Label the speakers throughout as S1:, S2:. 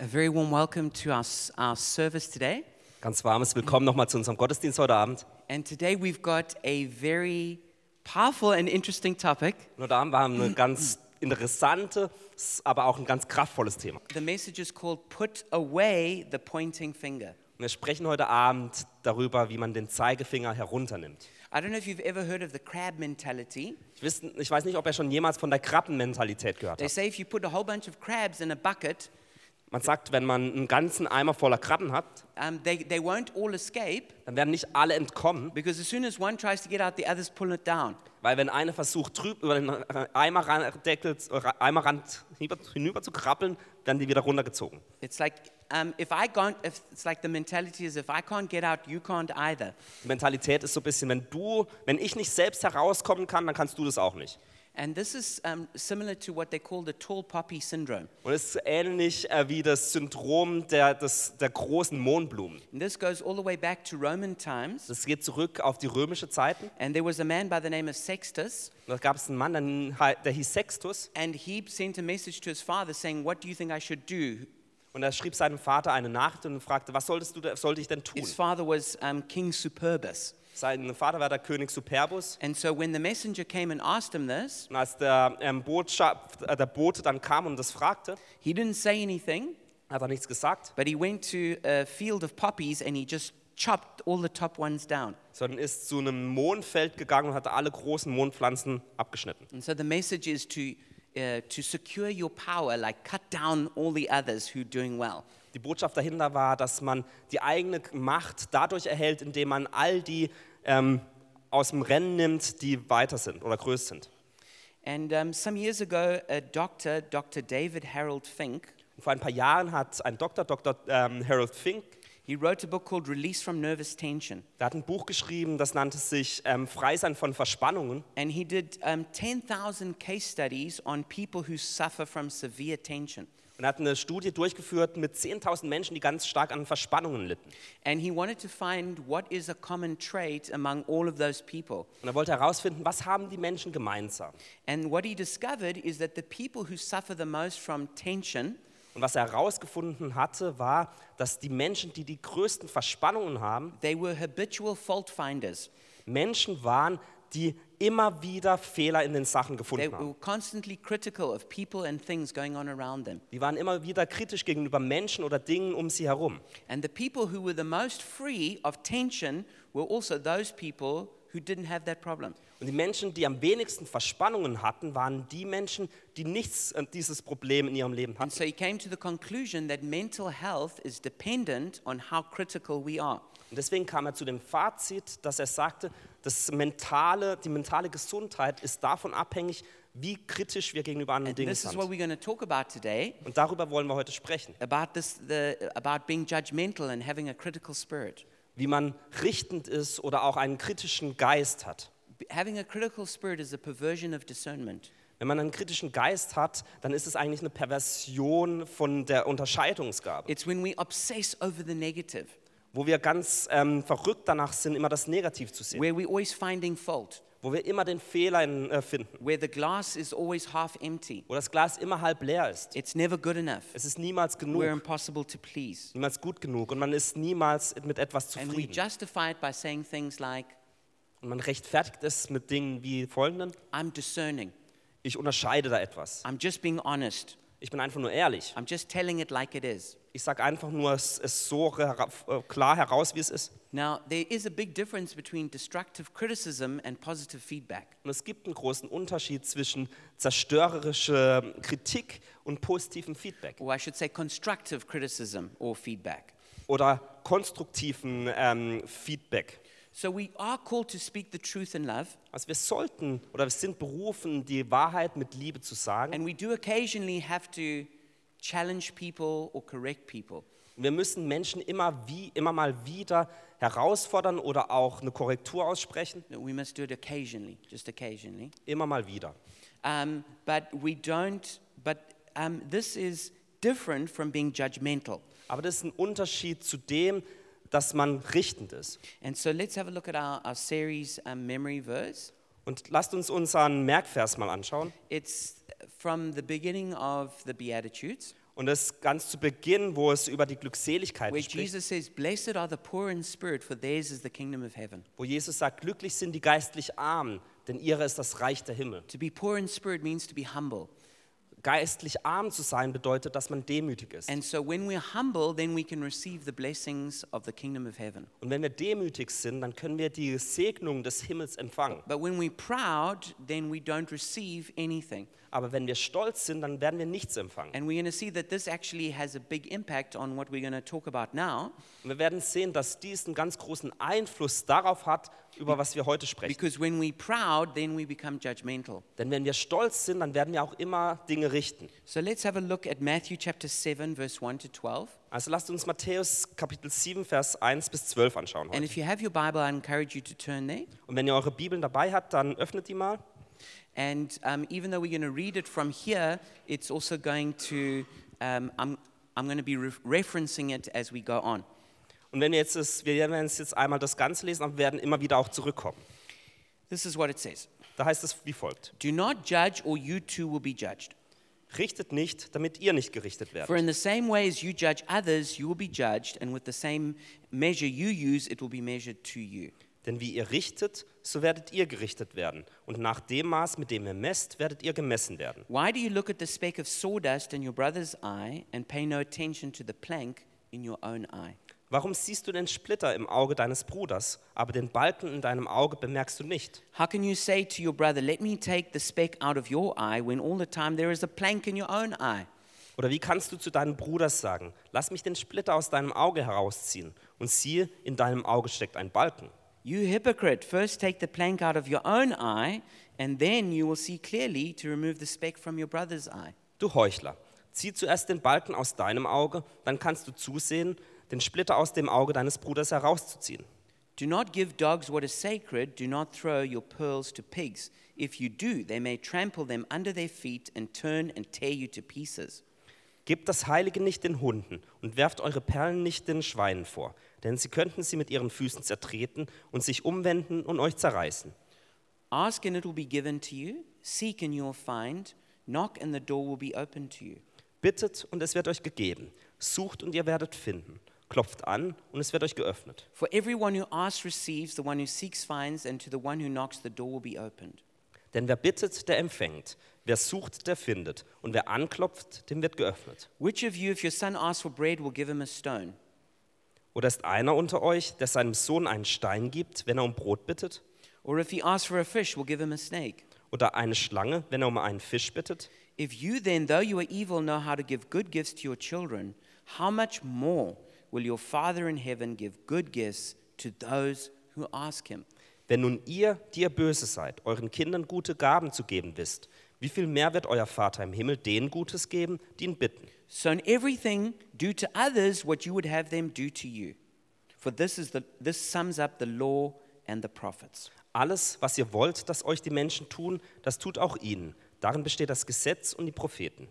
S1: A very warm welcome to our, s- our service today.
S2: Ganz warmes Willkommen nochmal zu unserem Gottesdienst heute Abend.
S1: And today we've got a very powerful and interesting topic.
S2: Und heute Abend haben wir ein ganz interessantes, aber auch ein ganz kraftvolles Thema.
S1: The message is called Put Away the Pointing Finger.
S2: Und wir sprechen heute Abend darüber, wie man den Zeigefinger herunternimmt.
S1: I don't know if you've ever heard of the crab mentality.
S2: Ich, wissen, ich weiß nicht, ob er schon jemals von der Krabbenmentalität gehört
S1: They
S2: hat.
S1: say if you put a whole bunch of crabs in a bucket,
S2: Man sagt, wenn man einen ganzen Eimer voller Krabben hat,
S1: um, they, they won't all escape
S2: dann werden nicht alle entkommen,
S1: because as soon as one tries to get out, the others pull it down.
S2: weil wenn einer versucht, trüb über den Eimerdeckel, Eimerrand hinüber, hinüber zu krabbeln, werden die wieder runtergezogen.
S1: It's like um, if I can't, if, it's like the mentality is if I can't get out, you can't either.
S2: Die Mentalität ist so ein bisschen, wenn du, wenn ich nicht selbst herauskommen kann, dann kannst du das auch nicht.
S1: And this is um, similar to what they call the tall poppy syndrome.
S2: Und es ist ähnlich äh, wie das Syndrom der, des, der großen Mohnblumen.
S1: And this goes all the way back to Roman times.
S2: Das geht zurück auf die römische Zeiten.
S1: And there was a man by the name of Sextus,
S2: Und Da gab es einen Mann, der, der hieß Sextus,
S1: and he sent a message to his father saying, What do you think I should do?
S2: und er schrieb seinem Vater eine Nachricht und fragte, was solltest du, da- sollte ich denn tun?
S1: His father was um, King Superbus.
S2: Sein Vater war der König Superbus.
S1: And so when the messenger came and asked him this,
S2: Und als der, ähm, Botschaft, äh, der Bote dann kam und das fragte,
S1: he didn't say anything,
S2: hat er nichts gesagt,
S1: but he went to a field of poppies and he just chopped all the top ones down.
S2: sondern ist zu einem Mohnfeld gegangen und hat alle großen Mohnpflanzen abgeschnitten.
S1: And so the message is to, uh, to secure your power, like cut down all the others who are doing well.
S2: Die Botschaft dahinter war, dass man die eigene Macht dadurch erhält, indem man all die ähm, aus dem Rennen nimmt, die weiter sind oder größer sind.
S1: And um, some years ago, a doctor, Dr. David Harold Fink,
S2: Und vor ein paar Jahren hat ein Doktor, Dr. Ähm, Harold Fink,
S1: he wrote a book called Release from Nervous Tension.
S2: der hat ein Buch geschrieben, das nannte sich ähm, Freisein von Verspannungen.
S1: And he did um, 10,000 case studies on people who suffer from severe tension.
S2: Und er hat eine Studie durchgeführt mit 10.000 Menschen, die ganz stark an Verspannungen litten.
S1: And he wanted to find what is a common trait among all of those people.
S2: Und er wollte herausfinden, was haben die Menschen gemeinsam.
S1: And what he discovered is that the people who suffer the most from tension
S2: Und was er herausgefunden hatte, war, dass die Menschen, die die größten Verspannungen haben,
S1: They were habitual fault finders.
S2: Menschen waren, die immer wieder Fehler in den Sachen
S1: They
S2: gefunden haben.
S1: were constantly critical of people and things going on around them.
S2: Die waren immer wieder kritisch gegenüber Menschen oder Dingen um sie herum.
S1: And the people who were the most free of tension were also those people who didn't have that problem.
S2: Und die Menschen, die am wenigsten Verspannungen hatten, waren die Menschen, die nichts äh, dieses Problem in ihrem Leben
S1: And
S2: hatten.
S1: so he came to the conclusion that mental health is dependent on how critical we are.
S2: Und deswegen kam er zu dem Fazit, dass er sagte, das mentale, die mentale Gesundheit ist davon abhängig, wie kritisch wir gegenüber anderen
S1: And
S2: Dingen
S1: this is
S2: sind.
S1: what we're going to talk about today
S2: Und darüber wollen wir heute sprechen,
S1: about, this, the, about being judgmental and having a critical spirit.
S2: wie man richtend ist oder auch einen kritischen Geist hat.
S1: B- Having a critical spirit is a perversion of discernment.
S2: Wenn man einen kritischen Geist hat, dann ist es eigentlich eine Perversion von der Unterscheidungsgabe,
S1: It's when we obsess over the negative.
S2: wo wir ganz ähm, verrückt danach sind, immer das Negativ zu sehen,
S1: where we're always finding fault,
S2: wo wir immer den Fehler in, äh, finden,
S1: where the glass is always half empty.
S2: wo das Glas immer halb leer ist.
S1: It's never good enough.
S2: Es ist niemals
S1: We're
S2: genug,
S1: impossible to please.
S2: niemals gut genug und man ist niemals mit etwas
S1: And we
S2: zufrieden.
S1: justify it by saying things like,
S2: Und man rechtfertigt es mit Dingen wie folgenden,
S1: I'm discerning,
S2: ich unterscheide da etwas.
S1: I'm just being honest,
S2: Ich bin einfach nur ehrlich.
S1: I'm just telling it like it is.
S2: Ich sage einfach nur es, es so hera- äh, klar heraus, wie es ist.
S1: Now, there is a big difference between destructive criticism and positive feedback.
S2: Und es gibt einen großen Unterschied zwischen zerstörerischer Kritik und positivem Feedback
S1: Or I should say, constructive criticism or feedback.
S2: oder konstruktiven ähm, Feedback.
S1: So, we are called to speak the truth in love,
S2: Also wir sollten oder wir sind berufen, die Wahrheit mit Liebe zu sagen.
S1: and we do occasionally have to challenge people or correct people.
S2: Wir müssen Menschen immer, wie, immer mal wieder herausfordern oder auch eine Korrektur aussprechen,
S1: No, We must do it occasionally, just occasionally.
S2: immer mal wieder.
S1: Um, but we don't, but um, this is different from being judgmental.
S2: Aber das ist ein Unterschied zu dem, dass man richtend ist.
S1: And so let's have a look at our, our series um, memory verse.
S2: Und lasst uns unseren Merkvers mal anschauen.
S1: It's from the beginning of the Beatitudes,
S2: Und das ganz zu Beginn, wo es über die Glückseligkeit
S1: where
S2: spricht,
S1: Jesus says, Blessed are the poor in spirit, for theirs is the kingdom of heaven.
S2: wo Jesus sagt, glücklich sind die geistlich Armen, denn ihre ist das Reich der Himmel.
S1: To be poor in spirit means to be humble.
S2: Geistlich arm zu sein bedeutet, dass man demütig ist.
S1: And so when we're humble, then we can receive the blessings of the kingdom of heaven.
S2: Und wenn wir demütig sind, dann können wir die Segnung des Himmels empfangen.
S1: But when we're proud, then we don't receive anything.
S2: Aber wenn wir stolz sind, dann werden wir nichts empfangen.
S1: And we're going to see that this actually has a big impact on what we're going to talk about now,
S2: Und wir werden sehen, dass dies einen ganz großen Einfluss darauf hat, über was wir heute sprechen.
S1: because when we're proud, then we become judgmental.
S2: Denn wenn wir stolz sind, dann werden wir auch immer Dinge richten.
S1: So let's have a look at Matthew chapter 7, verse 1 to 12.
S2: Also lasst uns Matthäus Kapitel 7, Vers 1 bis 12 anschauen
S1: And
S2: heute.
S1: if you have your Bible, I encourage you to turn there.
S2: Und wenn ihr eure Bibeln dabei habt, dann öffnet die mal.
S1: And um, even though we're going to read it from here, it's also going to, um, I'm, I'm going to be re- referencing it as we go on.
S2: Und wenn ihr jetzt das, wir werden jetzt jetzt einmal das Ganze lesen, aber wir werden immer wieder auch zurückkommen.
S1: This is what it says
S2: Da heißt es wie folgt.
S1: Do not judge, or you too will be judged.
S2: Richtet nicht, damit ihr nicht gerichtet
S1: For
S2: werdet.
S1: in the same way as you judge others, you will be judged, and with the same measure you use, it will be measured to you.
S2: Denn wie ihr richtet, so werdet ihr gerichtet werden. Und nach dem Maß, mit dem ihr messt, werdet ihr gemessen werden.
S1: Why do you look at the speck of sawdust in your brother's eye and pay no attention to the plank in your own eye?
S2: Warum siehst du den Splitter im Auge deines Bruders, aber den Balken in deinem Auge bemerkst du nicht?
S1: How can you say to your brother, Let me take the speck out of your eye, when all the time there is a plank in your own eye?
S2: Oder wie kannst du zu deinem Bruder sagen, lass mich den Splitter aus deinem Auge herausziehen? Und siehe, in deinem Auge steckt ein Balken.
S1: You hypocrite, first take the plank out of your own eye, and then you will see clearly to remove the speck from your brother's eye.
S2: Du Heuchler, zieh zuerst den Balken aus deinem Auge, dann kannst du zusehen, den Splitter aus dem Auge deines Bruders herauszuziehen.
S1: Do not give dogs what is sacred. Do not throw your pearls to pigs. If you do, they may trample them under their feet and turn and tear you to pieces.
S2: Gebt das Heilige nicht den Hunden und werft eure Perlen nicht den Schweinen vor, denn sie könnten sie mit ihren Füßen zertreten und sich umwenden und euch zerreißen.
S1: Ask and it will be given to you. Seek and you will find. Knock and the door will be opened to you.
S2: Bittet und es wird euch gegeben. Sucht und ihr werdet finden. Klopft an und es wird euch geöffnet.
S1: For everyone who asks receives, the one who seeks finds, and to the one who knocks, the door will be opened.
S2: Denn wer bittet, der empfängt. Wer sucht, der findet. Und wer anklopft, dem wird geöffnet.
S1: Which of you, if your son asks for bread, will give him a stone?
S2: Oder ist einer unter euch, der seinem Sohn einen Stein gibt, wenn er um Brot bittet?
S1: Or if he asks for a fish, will give him a snake?
S2: Oder eine Schlange, wenn er um einen Fisch bittet?
S1: If you then, though you are evil, know how to give good gifts to your children, how much more will your Father in heaven give good gifts to those who ask him?
S2: Wenn nun ihr, die ihr böse seid, euren Kindern gute Gaben zu geben wisst, wie viel mehr wird euer Vater im Himmel denen Gutes geben, die ihn bitten?
S1: So in everything, do to others what you would have them do to you. For this, is the, this sums up the law and the prophets.
S2: Alles, was ihr wollt, dass euch die Menschen tun, das tut auch ihnen. Darin besteht das Gesetz und die Propheten.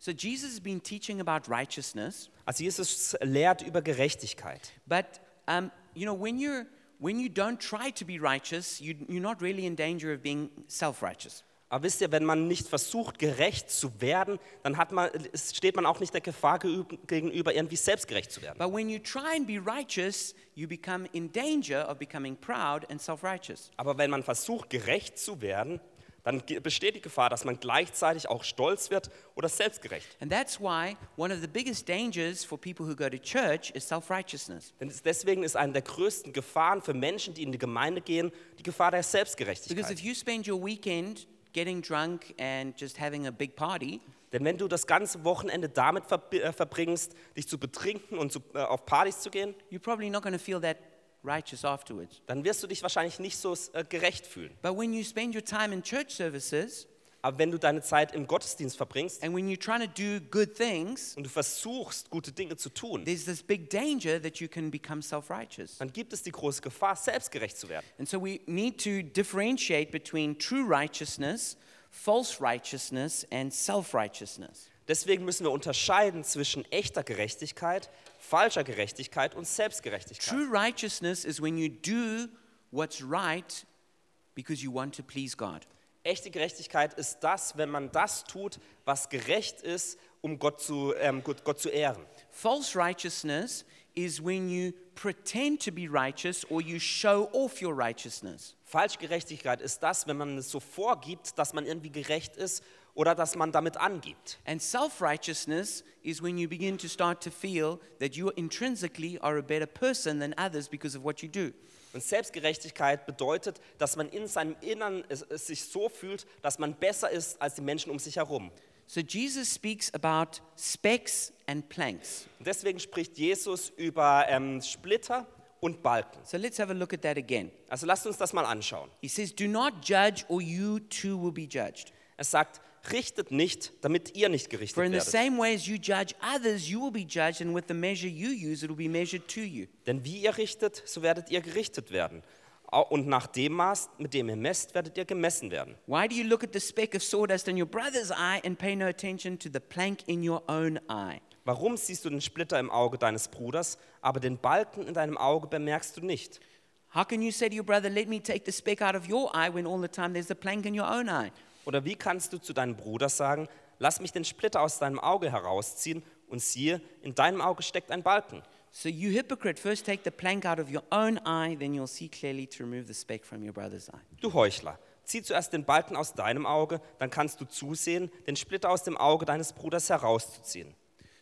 S1: So Jesus has been teaching about righteousness,
S2: Also Jesus lehrt über Gerechtigkeit.
S1: but um, you know when you're when you don't try to be righteous, you, you're not really in danger of being self-righteous.
S2: Aber wisst ihr, wenn man nicht versucht, gerecht zu werden, dann hat man, es steht man auch nicht der Gefahr geüb- gegenüber, irgendwie selbstgerecht zu werden.
S1: But when you try and be righteous, you become in danger of becoming proud and self righteous.
S2: Aber wenn man versucht, gerecht zu werden, dann ge- besteht die Gefahr, dass man gleichzeitig auch stolz wird oder selbstgerecht.
S1: And that's why one of the biggest dangers for people who go to church is self righteousness.
S2: Denn es- deswegen ist eine der größten Gefahren für Menschen, die in die Gemeinde gehen, die Gefahr der
S1: Because
S2: Selbstgerechtigkeit.
S1: if you spend your weekend getting drunk and just having a big party,
S2: Denn wenn du das ganze Wochenende damit verb- äh, verbringst, dich zu betrinken und zu, äh, auf Partys zu gehen,
S1: you're probably not going to feel that righteous afterwards.
S2: dann wirst du dich wahrscheinlich nicht so äh, gerecht fühlen.
S1: But when you spend your time in church services
S2: Aber wenn du deine Zeit im Gottesdienst verbringst,
S1: and when you're trying to do good things,
S2: und du versuchst, gute Dinge zu tun,
S1: there's this big danger that you can become self righteous.
S2: dann gibt es die große Gefahr, selbstgerecht zu werden.
S1: And so we need to differentiate between true righteousness, false righteousness, and self righteousness.
S2: Deswegen müssen wir unterscheiden zwischen echter Gerechtigkeit, falscher Gerechtigkeit und Selbstgerechtigkeit.
S1: True righteousness is when you do what's right because you want to please God.
S2: Echte Gerechtigkeit ist das, wenn man das tut, was gerecht ist, um Gott zu, ähm, Gott, Gott zu ehren.
S1: False righteousness is when you pretend to be righteous or you show off your righteousness.
S2: Falschgerechtigkeit ist das, wenn man es so vorgibt, dass man irgendwie gerecht ist oder dass man damit angibt.
S1: And self righteousness is when you begin to start to feel that you intrinsically are a better person than others because of what you do.
S2: Und Selbstgerechtigkeit bedeutet, dass man in seinem Innern es, es sich so fühlt, dass man besser ist als die Menschen um sich herum.
S1: So Jesus speaks about specks and planks.
S2: Und deswegen spricht Jesus über ähm, Splitter und Balken.
S1: So let's have a look at that again.
S2: Also lasst uns das mal anschauen.
S1: He says, Do not judge, or you too will be judged.
S2: Es sagt, richtet nicht, damit ihr nicht gerichtet
S1: For in the
S2: werdet.
S1: same way as you judge others, you will be judged, and with the measure you use, it will be measured to you.
S2: Denn wie ihr richtet, so werdet ihr gerichtet werden. Au- Und nach dem Maß, mit dem ihr messt, werdet ihr gemessen werden.
S1: Why do you look at the speck of sawdust in your brother's eye and pay no attention to the plank in your own eye?
S2: Warum siehst du den Splitter im Auge deines Bruders, aber den Balken in deinem Auge bemerkst du nicht?
S1: How can you say to your brother, Let me take the speck out of your eye, when all the time there's a plank in your own eye?
S2: Oder wie kannst du zu deinem Bruder sagen, lass mich den Splitter aus deinem Auge herausziehen und siehe, in deinem Auge steckt ein Balken?
S1: So, you hypocrite, first take the plank out of your own eye, then you'll see clearly to remove the speck from your brother's eye.
S2: Du Heuchler, zieh zuerst den Balken aus deinem Auge, dann kannst du zusehen, den Splitter aus dem Auge deines Bruders herauszuziehen.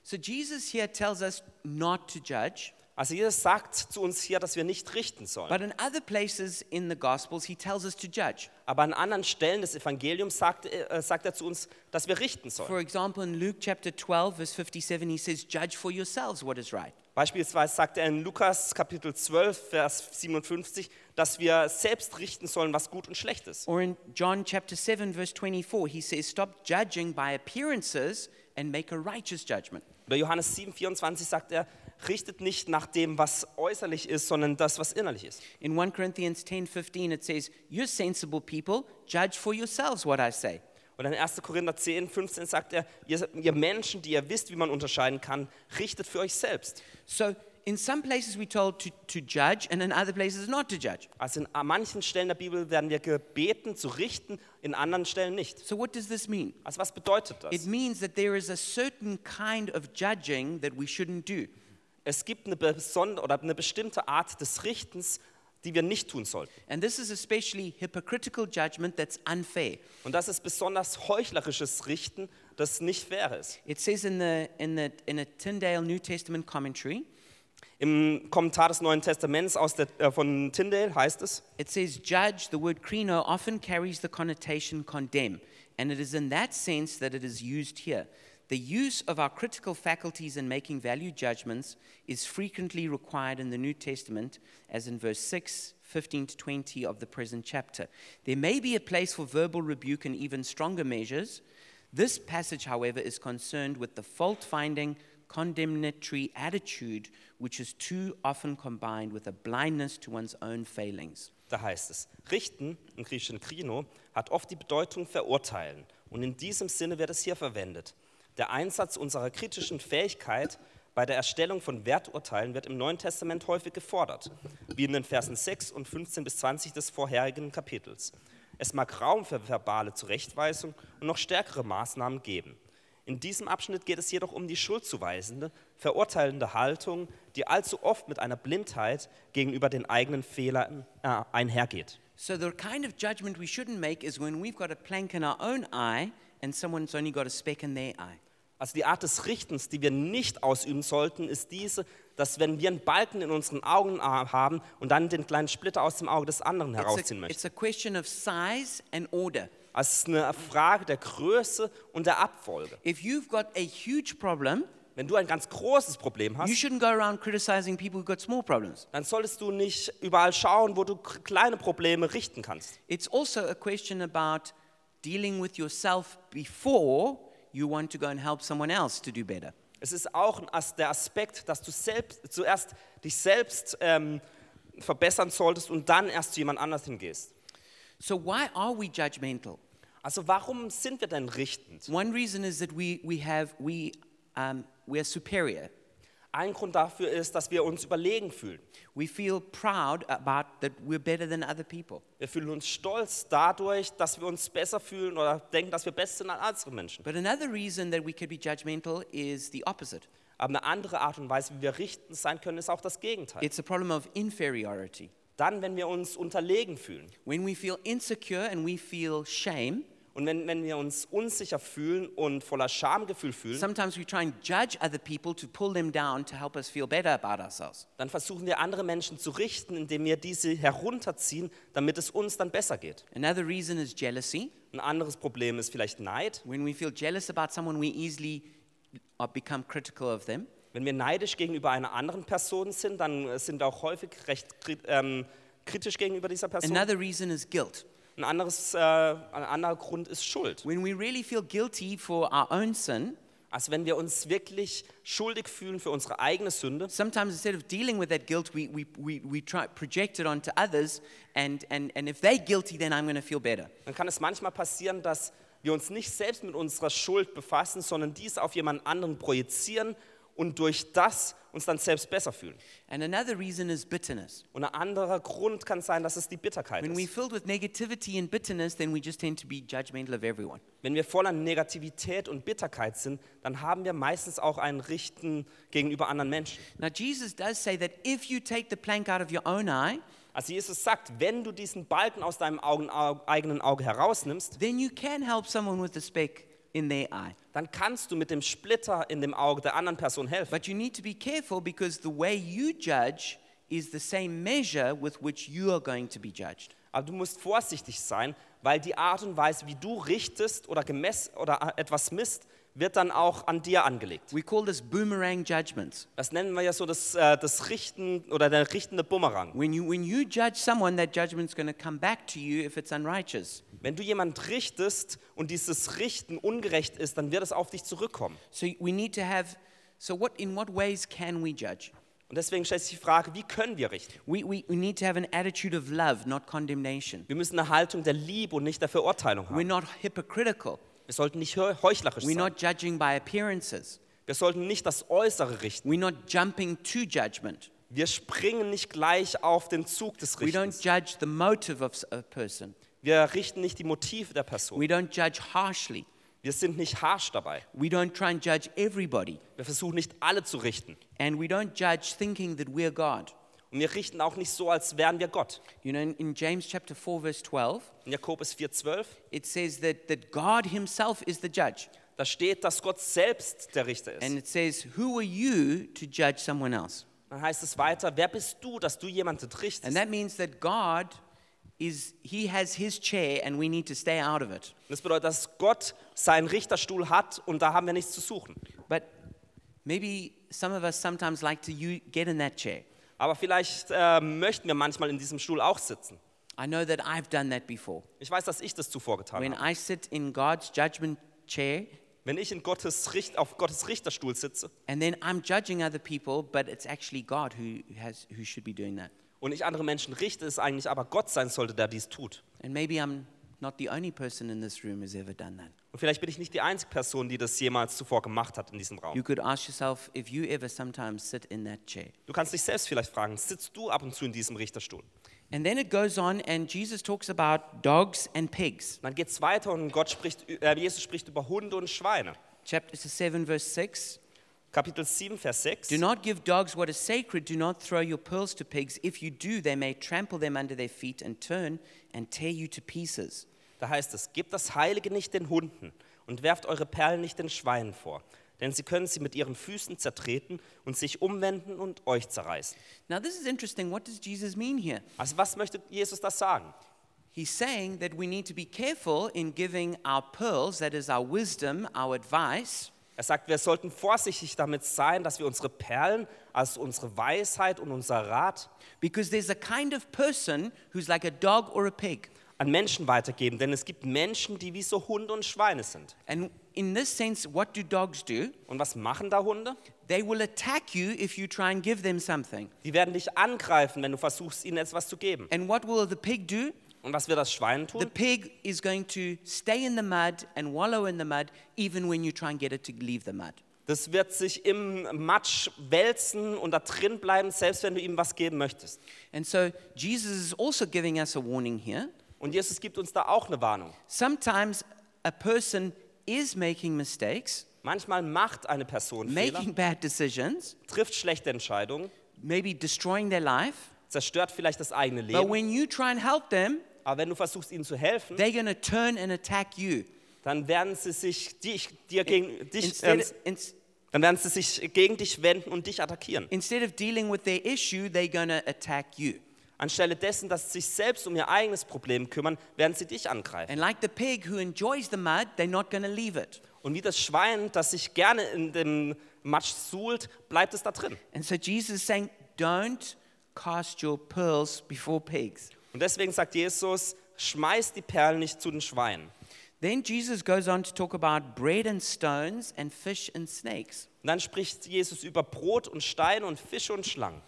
S1: So, Jesus here tells us not to judge,
S2: Also Jesus sagt zu uns hier, dass wir nicht richten sollen.
S1: but in other places in the Gospels, he tells us to judge.
S2: Aber an anderen Stellen des Evangeliums sagt, äh, sagt er zu uns, dass wir richten sollen.
S1: For example, in Luke chapter 12, verse 57, he says, Judge for yourselves what is right.
S2: Beispielsweise sagt er in Lukas Kapitel 12, Vers 57, dass wir selbst richten sollen, was gut und schlecht ist.
S1: Or in John chapter 7, verse 24, he says, Stop judging by appearances and make a righteous judgment.
S2: Oder Johannes 7, 24 sagt er, richtet nicht nach dem, was äußerlich ist, sondern das, was innerlich ist.
S1: In 1 Corinthians 10, 15, it says, You're sensible people, judge for yourselves what I say.
S2: Und in 1. Korinther 10, 15 sagt er, ihr, ihr Menschen, die ihr wisst, wie man unterscheiden kann, richtet für euch selbst.
S1: So, in some places we're told to, to judge, and in other places not to judge.
S2: Also in manchen Stellen der Bibel werden wir gebeten zu richten, in anderen Stellen nicht.
S1: So, what does this mean?
S2: Also was bedeutet das?
S1: It means that there is a certain kind of judging that we shouldn't do.
S2: Es gibt eine besondere oder eine bestimmte Art des Richtens, die wir nicht tun sollten.
S1: And this is especially hypocritical judgment that's unfair.
S2: Und das ist besonders heuchlerisches Richten, das nicht fair ist.
S1: It says in the in the in a Tyndale New Testament commentary,
S2: Im Kommentar des Neuen Testaments aus der, äh, von Tyndale heißt es,
S1: it says judge, the word krino often carries the connotation condemn, and it is in that sense that it is used here. The use of our critical faculties in making value judgments is frequently required in the New Testament, as in verse 6, 15 to 20 of the present chapter. There may be a place for verbal rebuke and even stronger measures. This passage, however, is concerned with the fault finding, condemnatory attitude, which is too often combined with a blindness to one's own failings.
S2: da heißt es, Richten im griechischen Krino hat oft die Bedeutung verurteilen. Und in diesem Sinne wird es hier verwendet. Der Einsatz unserer kritischen Fähigkeit bei der Erstellung von Werturteilen wird im Neuen Testament häufig gefordert, wie in den Versen 6 und 15 bis 20 des vorherigen Kapitels. Es mag Raum für verbale Zurechtweisung und noch stärkere Maßnahmen geben. In diesem Abschnitt geht es jedoch um die schuldzuweisende, verurteilende Haltung, die allzu oft mit einer Blindheit gegenüber den eigenen Fehlern äh, einhergeht.
S1: So, the kind of judgment we shouldn't make is when we've got a plank in our own eye and someone's only got a speck in their eye.
S2: Also die Art des Richtens, die wir nicht ausüben sollten, ist diese, dass wenn wir einen Balken in unseren Augen äh, haben und dann den kleinen Splitter aus dem Auge des anderen
S1: It's
S2: herausziehen
S1: a,
S2: möchten.
S1: it's a question of size and order.
S2: Also es ist eine Frage der Größe und der Abfolge.
S1: If you've got a huge problem,
S2: Wenn du ein ganz großes Problem
S1: you
S2: hast,
S1: shouldn't go around criticizing people who've got small problems.
S2: dann solltest du nicht überall schauen, wo du k- kleine Probleme richten kannst.
S1: It's also a question about dealing with yourself before you want to go and help someone else to do better.
S2: Es ist auch ein As der Aspekt, dass du selbst, zuerst dich selbst ähm, verbessern solltest und dann erst zu jemand anders hingehst.
S1: So, why are we judgmental?
S2: Also warum sind wir denn richtend?
S1: One reason is that we, we have, we, um, we are superior.
S2: Ein Grund dafür ist, dass wir uns überlegen fühlen.
S1: We feel proud about that we're better than other people.
S2: Wir fühlen uns stolz dadurch, dass wir uns besser fühlen oder denken, dass wir besser sind als andere Menschen.
S1: But another reason that we could be judgmental is the opposite
S2: Aber eine andere Art und Weise, wie wir richten sein können, ist auch das Gegenteil.
S1: it's a problem of inferiority.
S2: Dann, wenn wir uns unterlegen fühlen
S1: When we feel insecure and we feel shame,
S2: und wenn, wenn wir uns unsicher fühlen und voller Schamgefühl fühlen,
S1: sometimes we try and judge other people to pull them down to help us feel better about ourselves.
S2: dann versuchen wir andere Menschen zu richten, indem wir diese herunterziehen, damit es uns dann besser geht.
S1: Another reason is jealousy.
S2: Ein anderes Problem ist vielleicht Neid.
S1: When we feel jealous about someone, we easily uh, become critical of them.
S2: Wenn wir neidisch gegenüber einer anderen Person sind, dann äh, sind wir auch häufig recht kri- ähm, kritisch gegenüber dieser Person.
S1: Another reason is guilt.
S2: Ein, anderes, äh, ein anderer Grund ist Schuld.
S1: When we really feel guilty for our own sin,
S2: Also wenn wir uns wirklich schuldig fühlen für unsere eigene Sünde,
S1: sometimes instead of dealing with that guilt, we, we, we, we try project it onto others, and, and, and if they're guilty, then I'm going to feel better.
S2: dann kann es manchmal passieren, dass wir uns nicht selbst mit unserer Schuld befassen, sondern diese auf jemand anderen projizieren und durch das uns dann selbst besser fühlen.
S1: And another reason is bitterness.
S2: Und ein anderer Grund kann sein, dass es die Bitterkeit
S1: When we're
S2: ist.
S1: filled with negativity and bitterness, then we just tend to be judgmental of everyone.
S2: Wenn wir voller Negativität und Bitterkeit sind, dann haben wir meistens auch einen Richten gegenüber anderen Menschen.
S1: Now, Jesus does say that if you take the plank out of your own eye,
S2: Also Jesus sagt, wenn du diesen Balken aus deinem Augen, au, eigenen Auge herausnimmst,
S1: then you can help someone with the speck in their eye.
S2: dann kannst du mit dem Splitter in dem Auge der anderen Person helfen.
S1: But you need to be careful because the way you judge is the same measure with which you are going to be judged.
S2: Aber du musst vorsichtig sein, weil die Art und Weise, wie du richtest oder gemess oder äh, etwas misst, wird dann auch an dir angelegt.
S1: We call this boomerang judgments.
S2: Das nennen wir ja so das, äh, das Richten oder der richtende Bumerang.
S1: When you, when you judge someone, that judgment's going to come back to you if it's unrighteous.
S2: Wenn du jemand richtest und dieses Richten ungerecht ist, dann wird es auf dich zurückkommen.
S1: So we need to have, so what, in what ways can we judge?
S2: Und deswegen stellt sich die Frage, wie können wir richten?
S1: We, we, we need to have an attitude of love, not condemnation.
S2: Wir müssen eine Haltung der Liebe und nicht der Verurteilung
S1: We're
S2: haben.
S1: not hypocritical.
S2: Wir sollten nicht heu- heuchlerisch
S1: We're
S2: sein.
S1: not judging by appearances.
S2: Wir sollten nicht das Äußere richten.
S1: We're not jumping to judgment.
S2: Wir springen nicht gleich auf den Zug des
S1: We don't
S2: Richtens.
S1: judge the motive of s- a person.
S2: Wir richten nicht die Motive der Person.
S1: We don't judge harshly.
S2: Wir sind nicht harsch dabei.
S1: We don't try and judge everybody.
S2: Wir versuchen nicht alle zu richten.
S1: And we don't judge thinking that we're God.
S2: Und wir richten auch nicht so, als wären wir Gott.
S1: You know, in, in James chapter 4, verse 12,
S2: In Jakobus 4,12,
S1: it says that, that God himself is the judge.
S2: da steht, dass Gott selbst der Richter
S1: And
S2: ist.
S1: it says, Who are you to judge someone else?
S2: Dann heißt es weiter, wer bist du, dass du jemanden richtest?
S1: And that means that God is, He has His chair and we need to stay out of it.
S2: Das bedeutet, dass Gott seinen Richterstuhl hat und da haben wir nichts zu suchen.
S1: But maybe some of us sometimes like to u- get in that chair.
S2: Aber vielleicht äh, möchten wir manchmal in diesem Stuhl auch sitzen.
S1: I know that I've done that before.
S2: Ich weiß, dass ich das zuvor getan
S1: When
S2: habe.
S1: I sit in God's judgment chair
S2: Wenn ich in Gottes Richt, auf Gottes Richterstuhl sitze
S1: and then I'm judging other people, but it's actually God who, has, who should be doing that.
S2: und ich andere Menschen richte, es eigentlich aber Gott sein sollte, der dies tut.
S1: And maybe I'm not the only person in this room who's ever done that.
S2: Und vielleicht bin ich nicht die einzige Person, die das jemals zuvor gemacht hat in diesem Raum.
S1: You could ask yourself if you ever sometimes sit in that chair.
S2: Du kannst dich selbst vielleicht fragen, sitzt du ab und zu in diesem Richterstuhl? Und
S1: And then it goes on, and Jesus talks about dogs and pigs.
S2: dann geht es weiter und Gott spricht, äh, Jesus spricht über Hunde und Schweine.
S1: Chapter 7, verse 6.
S2: Kapitel 7, Vers 6.
S1: Do not give dogs what is sacred. Do not throw your pearls to pigs. If you do, they may trample them under their feet and turn and tear you to pieces.
S2: Da heißt es, gebt das Heilige nicht den Hunden und werft eure Perlen nicht den Schweinen vor, denn sie können sie mit ihren Füßen zertreten und sich umwenden und euch zerreißen.
S1: Now, this is interesting. What does Jesus mean here?
S2: Also was möchte Jesus das sagen?
S1: He's saying that we need to be careful in giving our pearls, that is, our wisdom, our advice,
S2: Er sagt, wir sollten vorsichtig damit sein, dass wir unsere Perlen, also unsere Weisheit und unser Rat
S1: because there's a kind of person who's like a dog or a pig.
S2: an Menschen weitergeben, denn es gibt Menschen, die wie so Hunde und Schweine sind.
S1: And in this sense, what do dogs do?
S2: Und was machen da Hunde?
S1: They will attack you if you try and give them something.
S2: Die werden dich angreifen, wenn du versuchst, ihnen etwas zu geben.
S1: And what will the pig do?
S2: Und was wird das Schwein
S1: The
S2: tun?
S1: pig is going to stay in the mud and wallow in the mud even when you try and get it to leave the mud.
S2: Das wird sich im Matsch wälzen und da drin bleiben, selbst wenn du ihm was geben möchtest.
S1: And so Jesus is also giving us a warning here.
S2: Und Jesus gibt uns da auch eine Warnung.
S1: Sometimes a person is making mistakes,
S2: Manchmal macht eine Person Fehler,
S1: making bad decisions,
S2: trifft schlechte Entscheidungen,
S1: maybe destroying their life.
S2: zerstört vielleicht das eigene
S1: But
S2: Leben.
S1: when you try and help them,
S2: Aber wenn du versuchst, ihnen zu helfen,
S1: they're going to turn and attack you.
S2: dann werden sie sich dich, dir gegen dich,
S1: Instead,
S2: äh,
S1: ins-
S2: dann werden sie sich gegen dich wenden und dich attackieren.
S1: instead of dealing with their issue, they're going to attack you.
S2: Anstelle dessen, dass sie sich selbst um ihr eigenes Problem kümmern, werden sie dich angreifen.
S1: And like the pig who enjoys the mud, they're not going to leave it.
S2: Und wie das Schwein, das sich gerne in dem Matsch suhlt, bleibt es da drin.
S1: And so Jesus is saying, don't cast your pearls before pigs.
S2: Und deswegen sagt Jesus, schmeiß die Perlen nicht zu den Schweinen.
S1: Then Jesus goes on to talk about bread and stones and fish and snakes.
S2: Und dann spricht Jesus über Brot und Steine und Fische und Schlangen.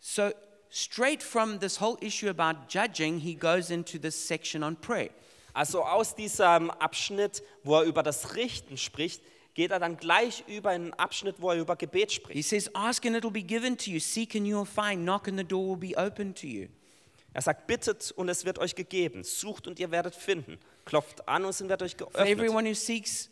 S1: So, straight from this whole issue about judging, he goes into this section on prayer.
S2: Also aus diesem Abschnitt, wo er über das Richten spricht, geht er dann gleich über in einen Abschnitt, wo er über Gebet
S1: He
S2: spricht.
S1: says, Ask and it'll be given to you, seek and you'll find, knock and the door will be opened to you.
S2: Er sagt, bittet und es wird euch gegeben, sucht und ihr werdet finden, klopft an und es wird euch
S1: For
S2: geöffnet.
S1: everyone who seeks,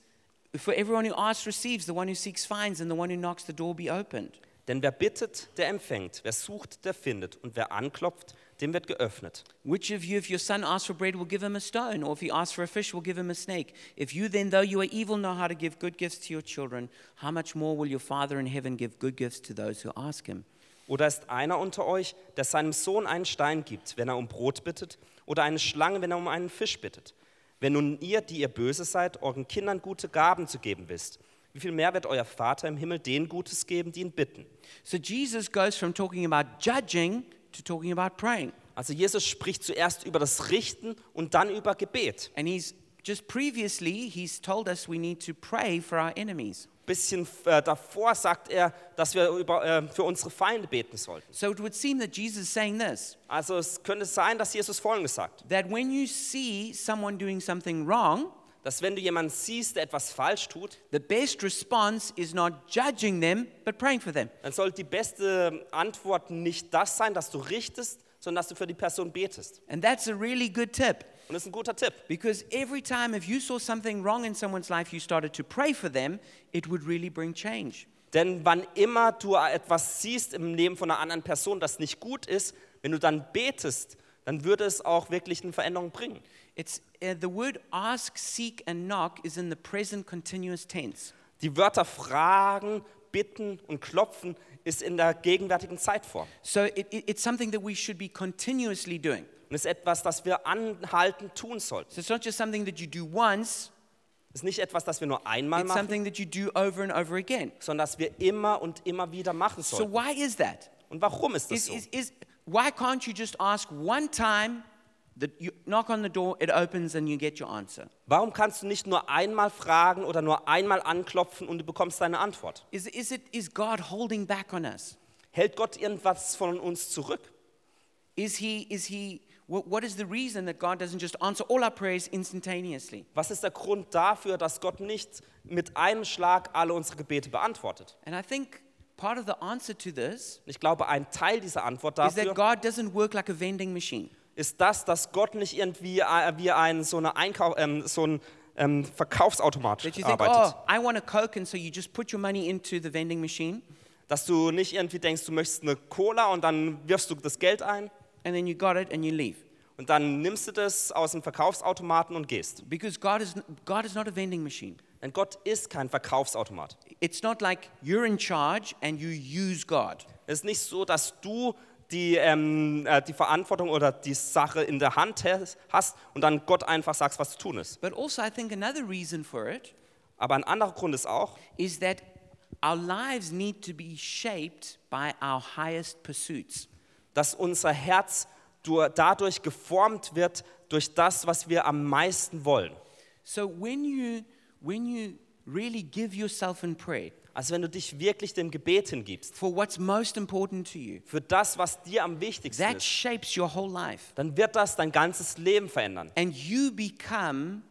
S1: for everyone who asks receives, the one who seeks finds, and the one who knocks the door will be opened.
S2: Denn wer bittet, der empfängt, wer sucht, der findet und wer anklopft, dem wird geöffnet.
S1: Which of you, if your son asks for bread, will give him a stone? Or if he asks for a fish, will give him a snake? If you then, though you are evil, know how to give good gifts to your children, how much more will your Father in heaven give good gifts to those who ask him?
S2: Oder ist einer unter euch, der seinem Sohn einen Stein gibt, wenn er um Brot bittet, oder eine Schlange, wenn er um einen Fisch bittet? Wenn nun ihr, die ihr böse seid, euren Kindern gute Gaben zu geben wisst, wie viel mehr wird euer Vater im Himmel denen Gutes geben, die ihn bitten?
S1: So Jesus goes from talking about judging to talking about praying.
S2: Also Jesus spricht zuerst über das Richten und dann über Gebet.
S1: And he's just previously, he's told us we need to pray for our enemies.
S2: Bisschen äh, davor sagt er, dass wir über, äh, für unsere Feinde beten sollten.
S1: So it would seem that Jesus is saying this
S2: Also es könnte sein, dass Jesus Folgendes sagt,
S1: that when you see someone doing something wrong,
S2: dass wenn du jemanden siehst, der etwas falsch tut,
S1: the best response is not judging them, but praying for them.
S2: dann sollte die beste Antwort nicht das sein, dass du richtest, sondern dass du für die Person betest.
S1: And that's a really good tip
S2: Und das ist ein guter Tipp,
S1: because every time if you saw something wrong in someone's life, you started to pray for them, it would really bring change.
S2: denn wann immer du etwas siehst im Leben von einer anderen Person, das nicht gut ist, wenn du dann betest, dann würde es auch wirklich eine Veränderung bringen.
S1: It's uh, the word ask, seek, and knock is in the present continuous tense.
S2: Die Wörter fragen, bitten und klopfen ist in der gegenwärtigen Zeitform
S1: So it, it, it's something that we should be continuously doing.
S2: und ist etwas, das wir anhaltend tun sollten.
S1: So it's not just something that you do once,
S2: Ist nicht etwas, das wir nur einmal
S1: it's
S2: machen,
S1: something that you do over and over again.
S2: sondern das wir immer und immer wieder machen
S1: So
S2: sollten.
S1: why is that?
S2: Und warum ist das
S1: Is,
S2: so?
S1: is, is, why can't you just ask one time that you knock on the door, it opens, and you get your answer?
S2: Warum kannst du nicht nur einmal fragen oder nur einmal anklopfen und du bekommst deine Antwort?
S1: Is, is, it, is God holding back on us?
S2: Hält Gott irgendwas von uns zurück?
S1: Is he, is he, what, what is the reason that God doesn't just answer all our prayers instantaneously?
S2: Was ist der Grund dafür, dass Gott nicht mit einem Schlag alle unsere Gebete beantwortet?
S1: And I think part of the answer to this
S2: Ich glaube, ein Teil dieser Antwort
S1: is that
S2: dafür
S1: God doesn't work like a vending machine.
S2: ist das, dass Gott nicht irgendwie äh, wie ein, so, eine Einkau ähm, so ein ähm, Verkaufsautomat
S1: That you think,
S2: arbeitet.
S1: oh, I want a Coke, and so you just put your money into the vending machine,
S2: Dass du nicht irgendwie denkst, du möchtest eine Cola und dann wirfst du das Geld ein
S1: and then you got it and you leave.
S2: und dann nimmst du das aus dem Verkaufsautomaten und gehst.
S1: Because God is, God is not a vending machine.
S2: Denn Gott ist kein Verkaufsautomat.
S1: It's not like you're in charge and you use God.
S2: Es ist nicht so, dass du die, ähm, äh, die Verantwortung oder die Sache in der Hand has- hast und dann Gott einfach sagst, was zu tun ist.
S1: But also, I think another reason for it
S2: Aber ein anderer Grund ist auch,
S1: is that our lives need to be shaped by our highest pursuits.
S2: dass unser Herz du- dadurch geformt wird, durch das, was wir am meisten wollen.
S1: So when you when you really give yourself in prayer
S2: Also wenn du dich wirklich dem Gebet hingibst,
S1: for what's most important to you,
S2: für das, was dir am wichtigsten
S1: that
S2: ist,
S1: shapes your whole life
S2: dann wird das dein ganzes Leben verändern.
S1: and you become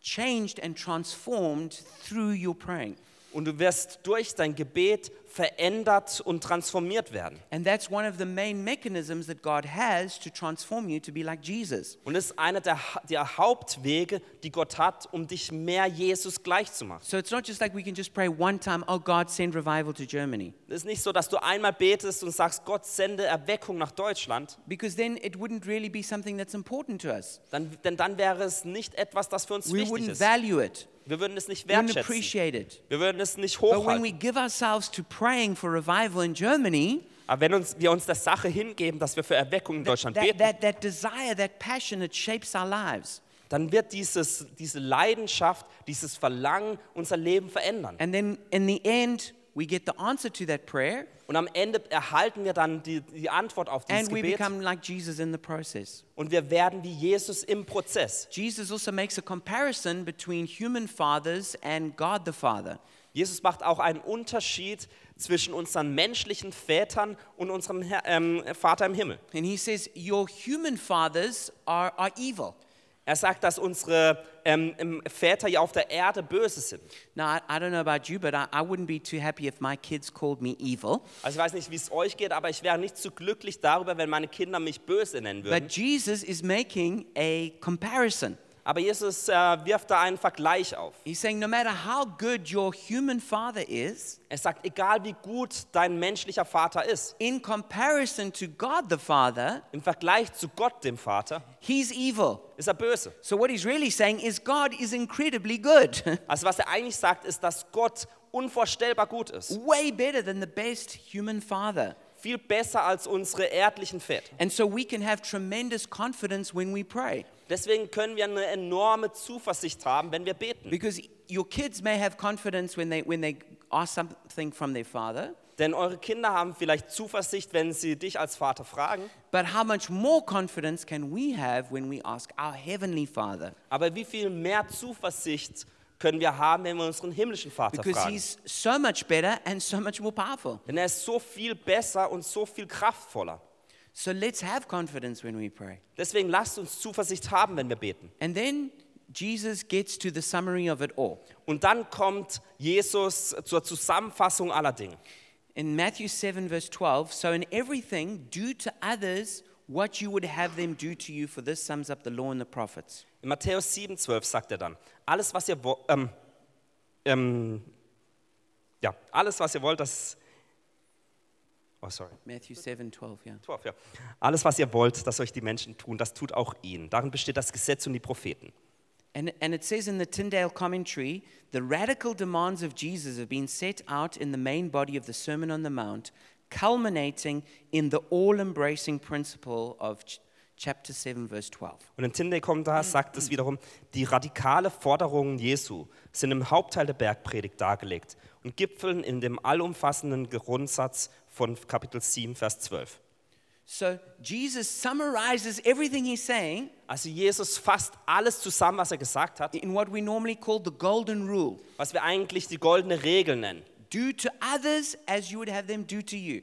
S1: changed and transformed through your praying.
S2: Und du wirst durch dein Gebet verändert und transformiert werden.
S1: And that's one of the main mechanisms that God has to transform you to be like Jesus.
S2: Und es ist einer der, Ha- der Hauptwege, die Gott hat, um dich mehr Jesus gleich zu machen.
S1: So it's not just like we can just pray one time, oh God, send revival to Germany.
S2: Es ist nicht so, dass du einmal betest und sagst, Gott sende Erweckung nach Deutschland,
S1: Because then it wouldn't really be something that's important to us.
S2: dann, denn dann wäre es nicht etwas, das für uns
S1: We
S2: wichtig
S1: wouldn't
S2: ist.
S1: value it,
S2: Wir würden es nicht
S1: we wouldn't
S2: wertschätzen.
S1: appreciate it.
S2: Wir würden es nicht
S1: But when we
S2: hochhalten.
S1: give ourselves to praying for revival in Germany,
S2: Aber wenn uns, wir uns der Sache hingeben, dass wir für Erweckung in Deutschland
S1: that,
S2: beten,
S1: that, that desire, that passion, it shapes our lives.
S2: dann wird dieses, diese Leidenschaft, dieses Verlangen unser Leben verändern.
S1: And then in the end, we get the answer to that prayer
S2: Und am Ende erhalten wir dann die, die Antwort auf dieses
S1: and we
S2: Gebet
S1: become like Jesus in the process.
S2: und wir werden wie Jesus im Prozess.
S1: Jesus also makes a comparison between human fathers and God the Father.
S2: Jesus macht auch einen Unterschied zwischen unseren menschlichen Vätern und unserem Herr, ähm, Vater im Himmel.
S1: And he says, Your human fathers are, are evil.
S2: Er sagt, dass unsere ähm, ähm, Väter hier auf der Erde böse sind.
S1: Now, I, I don't know about you, but I, I wouldn't be too happy if my kids called me evil.
S2: Also ich weiß nicht, wie es euch geht, aber ich wäre nicht zu glücklich darüber, wenn meine Kinder mich böse nennen würden.
S1: But Jesus is making a comparison.
S2: Aber Jesus äh, wirft da einen Vergleich auf.
S1: He's saying, No matter how good your human father is,
S2: Er sagt, egal wie gut dein menschlicher Vater ist,
S1: in comparison to God the Father,
S2: im Vergleich zu Gott, dem Vater,
S1: he's evil.
S2: ist er böse.
S1: So, what he's really saying is, God is incredibly good,
S2: Also was er eigentlich sagt, ist, dass Gott unvorstellbar gut ist.
S1: way better than the best human father.
S2: Viel besser als unsere erdlichen Väter.
S1: And so, we can have tremendous confidence when we pray
S2: Deswegen können wir eine enorme Zuversicht haben, wenn wir beten.
S1: because your kids may have confidence when they, when they ask something from their father,
S2: Denn eure Kinder haben vielleicht Zuversicht, wenn sie dich als Vater fragen.
S1: but how much more confidence can we have when we ask our heavenly father?
S2: Aber wie viel mehr Zuversicht können wir haben, wenn wir unseren himmlischen Vater
S1: Because
S2: fragen?
S1: he's so much better and so much more powerful.
S2: Denn er ist so viel besser und so viel kraftvoller.
S1: So, let's have confidence when we pray.
S2: Deswegen lasst uns Zuversicht haben, wenn wir beten.
S1: And then Jesus gets to the summary of it all.
S2: Und dann kommt Jesus zur Zusammenfassung aller Dinge.
S1: In Matthew 7, verse 12, so in everything, do to others what you would have them do to you, for this sums up the law and the prophets.
S2: In Matthäus 7,12 sagt er dann, alles was ihr wo- ähm, ähm, ja, alles was ihr wollt, das oh sorry,
S1: Matthew 7, 12, yeah.
S2: 12, ja. alles was ihr wollt, dass euch die Menschen tun, das tut auch ihnen. Darin besteht das Gesetz und die Propheten.
S1: And, and it says in the Tyndale commentary, the radical demands of Jesus have been set out in the main body of the Sermon on the Mount, culminating in the all embracing principle of ch- chapter 7, verse 12.
S2: Und im Tinde kommt da, sagt es wiederum, die radikale Forderungen Jesu sind im Hauptteil der Bergpredigt dargelegt und gipfeln in dem allumfassenden Grundsatz von Kapitel 7, Vers 12.
S1: So Jesus summarizes everything he's saying
S2: Also Jesus fasst alles zusammen, was er gesagt hat,
S1: in what we normally call the golden rule.
S2: was wir eigentlich die goldene Regel nennen.
S1: Do to others as you would have them do to you.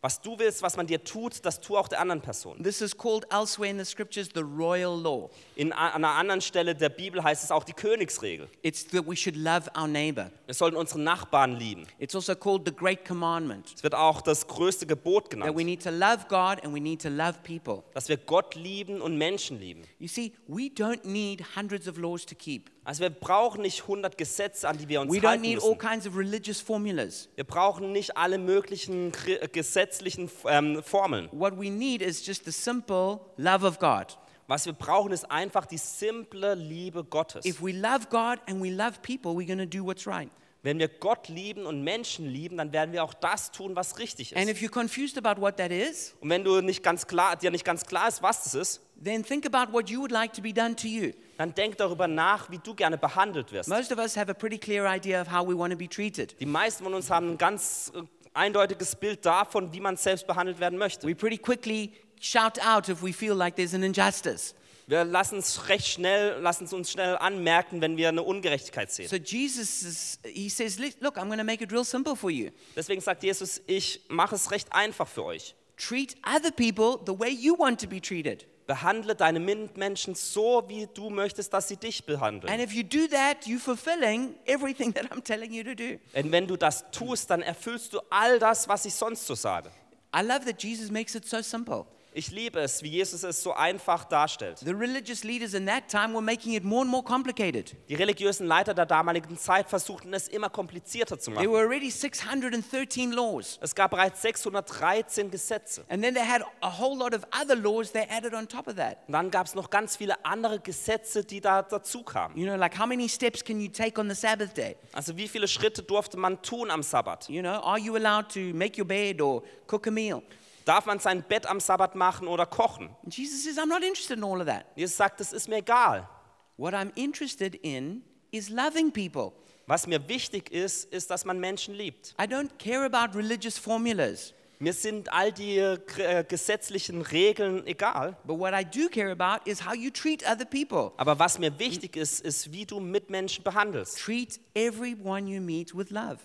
S2: Was du willst, was man dir tut, das tu auch der anderen Person.
S1: This is called elsewhere in the scriptures the royal law.
S2: In a- an einer anderen Stelle der Bibel heißt es auch die Königsregel.
S1: It's that we should love our neighbor.
S2: Wir sollen unsere Nachbarn lieben.
S1: It's also called the great commandment
S2: Es wird auch das größte Gebot
S1: that we
S2: genannt,
S1: need to love God and we need to love people.
S2: dass wir Gott lieben und Menschen lieben.
S1: You see, we don't need hundreds of laws to keep.
S2: Also wir brauchen nicht 100 Gesetze, an die wir uns
S1: We don't
S2: halten
S1: need all
S2: müssen.
S1: kinds of religious formulas.
S2: Wir brauchen nicht alle möglichen gre- gesetzlichen ähm, Formeln.
S1: What we need is just the simple love of God.
S2: Was wir brauchen, ist einfach die simple Liebe Gottes.
S1: If we love God and we love people, we're going to do what's right.
S2: Wenn wir Gott lieben und Menschen lieben, dann werden wir auch das tun, was richtig
S1: And
S2: ist.
S1: if you're confused about what that is,
S2: Und wenn du nicht ganz klar, dir nicht ganz klar ist, was das ist,
S1: then think about what you would like to be done to you.
S2: dann denk darüber nach, wie du gerne behandelt wirst.
S1: Most of us have a pretty clear idea of how we want to be treated.
S2: Die meisten von uns haben ein ganz äh, eindeutiges Bild davon, wie man selbst behandelt werden möchte.
S1: We pretty quickly shout out if we feel like there's an injustice.
S2: Wir lassen es recht schnell, lassen es uns schnell anmerken, wenn wir eine Ungerechtigkeit sehen.
S1: So Jesus is, he says, "Look, look, I'm going to make it real simple for you.
S2: Deswegen sagt Jesus, ich mache es recht einfach für euch.
S1: Treat other people the way you want to be treated.
S2: Behandle deine Mitmenschen so, wie du möchtest, dass sie dich
S1: And
S2: behandeln.
S1: if you do that, you're fulfilling everything that I'm telling you to do.
S2: Denn wenn du das tust, dann erfüllst du all das, was ich sonst so sage.
S1: I love that Jesus makes it so simple.
S2: Ich liebe es, wie Jesus es so einfach darstellt.
S1: The religious leaders in that time were making it more and more complicated.
S2: Die religiösen Leiter der damaligen Zeit versuchten es immer komplizierter zu
S1: There
S2: machen.
S1: were already 613 laws.
S2: Es gab bereits 613 Gesetze.
S1: And then they had a whole lot of other laws they added on top of that.
S2: Und dann gab es noch ganz viele andere Gesetze, die da dazu kamen.
S1: You know, like how many steps can you take on the Sabbath day?
S2: Also wie viele Schritte durfte man tun am Sabbat?
S1: You know, are you allowed to make your bed or cook a meal?
S2: Darf man sein Bett am Sabbat machen oder kochen?
S1: And Jesus says, I'm not interested in all of that.
S2: Jesus sagt, es ist mir egal.
S1: What I'm interested in is loving people.
S2: Was mir wichtig ist, ist, dass man Menschen liebt.
S1: I don't care about religious formulas,
S2: Mir sind all die äh, gesetzlichen Regeln egal.
S1: but what I do care about is how you treat other people.
S2: Aber was mir wichtig ist, ist, wie du Mitmenschen behandelst.
S1: Treat everyone you meet with love.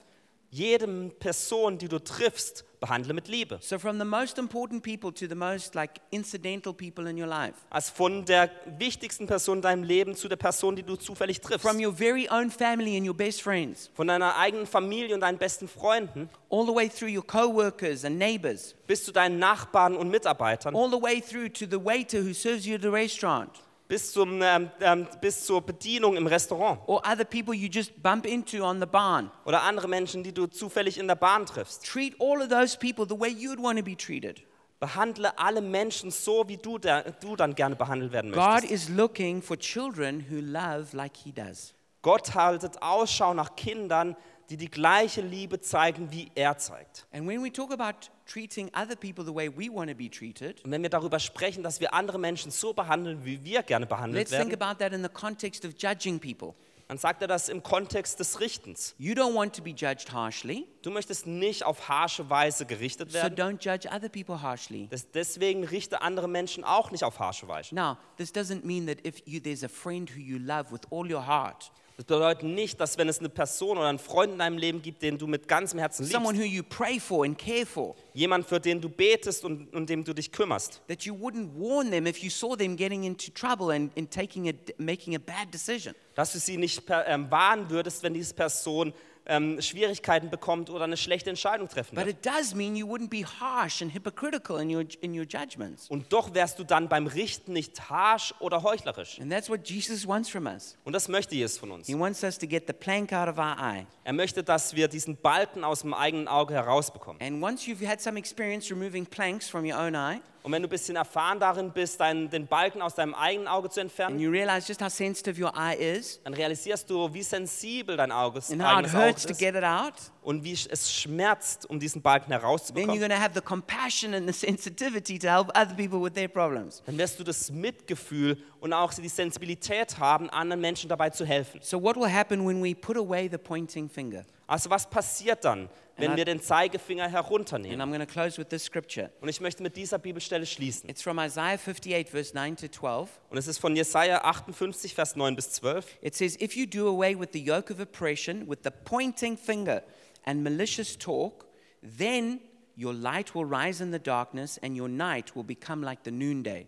S2: Jede Person, die du triffst, behandle mit Liebe.
S1: So, from the most important people to the most like incidental people in your life,
S2: Also von der wichtigsten Person in deinem Leben zu der Person, die du zufällig triffst.
S1: from your very own family and your best friends,
S2: Von deiner eigenen Familie und deinen besten Freunden
S1: all the way through your co workers and neighbors,
S2: bis zu deinen Nachbarn und Mitarbeitern,
S1: all the way through to the waiter who serves you at the restaurant,
S2: bis, zum, ähm, ähm, bis zur Bedienung im Restaurant
S1: or other people you just bump into on the barn.
S2: oder andere Menschen, die du zufällig in der Bahn triffst.
S1: Treat all of those people the way you'd want to be treated.
S2: Behandle alle Menschen so, wie du, der, du dann gerne behandelt werden
S1: God
S2: möchtest.
S1: is looking for children who love like He does.
S2: Gott haltet Ausschau nach Kindern, die die gleiche Liebe zeigen, wie er zeigt.
S1: And when we talk about treating other people the way we want to be treated,
S2: Und wenn wir darüber sprechen, dass wir andere Menschen so behandeln, wie wir gerne behandelt
S1: let's think
S2: werden,
S1: about that in the context of judging people.
S2: dann sagt er das im Kontext des Richtens.
S1: You don't want to be judged harshly,
S2: Du möchtest nicht auf harsche Weise gerichtet
S1: so
S2: werden.
S1: don't judge other people harshly.
S2: Des- Deswegen richte andere Menschen auch nicht auf harsche Weise.
S1: Now, this doesn't mean that if you, there's a friend who you love with all your heart,
S2: Das bedeutet nicht, dass wenn es eine Person oder einen Freund in deinem Leben gibt, den du mit ganzem Herzen
S1: someone
S2: liebst,
S1: who you pray for and care for,
S2: jemand, für den du betest und, und dem du dich kümmerst,
S1: that you wouldn't warn them if you saw them getting into trouble and, and taking a, making a bad decision.
S2: dass du sie nicht per, ähm, warnen würdest, wenn diese Person ähm, Schwierigkeiten bekommt oder eine schlechte Entscheidung treffen
S1: But
S2: wird.
S1: it does mean you wouldn't be harsh and hypocritical in your, in your judgments.
S2: Und doch wärst du dann beim Richten nicht harsch oder heuchlerisch.
S1: And that's what Jesus wants from us.
S2: Und das möchte Jesus von uns.
S1: He wants us to get the plank out of our eye.
S2: Er möchte, dass wir diesen Balken aus dem eigenen Auge herausbekommen.
S1: And once you've had some experience removing planks from your own eye,
S2: Und wenn du ein bisschen erfahren darin bist, deinen, den Balken aus deinem eigenen Auge zu
S1: and
S2: entfernen,
S1: you realize just how sensitive your eye is,
S2: dann realisierst du, wie sensibel dein Auge ist,
S1: and how it
S2: eigenes Auge
S1: hurts to
S2: ist
S1: get it out,
S2: und wie es schmerzt, um diesen Balken
S1: then you're
S2: herauszubekommen.
S1: going to have the compassion and the sensitivity to help other people with their problems.
S2: Dann wirst du das Mitgefühl und auch die Sensibilität haben, anderen Menschen dabei zu helfen.
S1: So, what will happen when we put away the pointing finger?
S2: Also was passiert dann, wenn
S1: I-
S2: wir den Zeigefinger
S1: And
S2: herunternehmen?
S1: I'm going to close with this scripture.
S2: Und ich möchte mit dieser Bibelstelle schließen.
S1: It's from Isaiah 58, verse 9 to 12.
S2: Und es ist von Jesaja 58, Vers 9 bis 12.
S1: It says, If you do away with the yoke of oppression, with the pointing finger and malicious talk, then your light will rise in the darkness and your night will become like the noonday.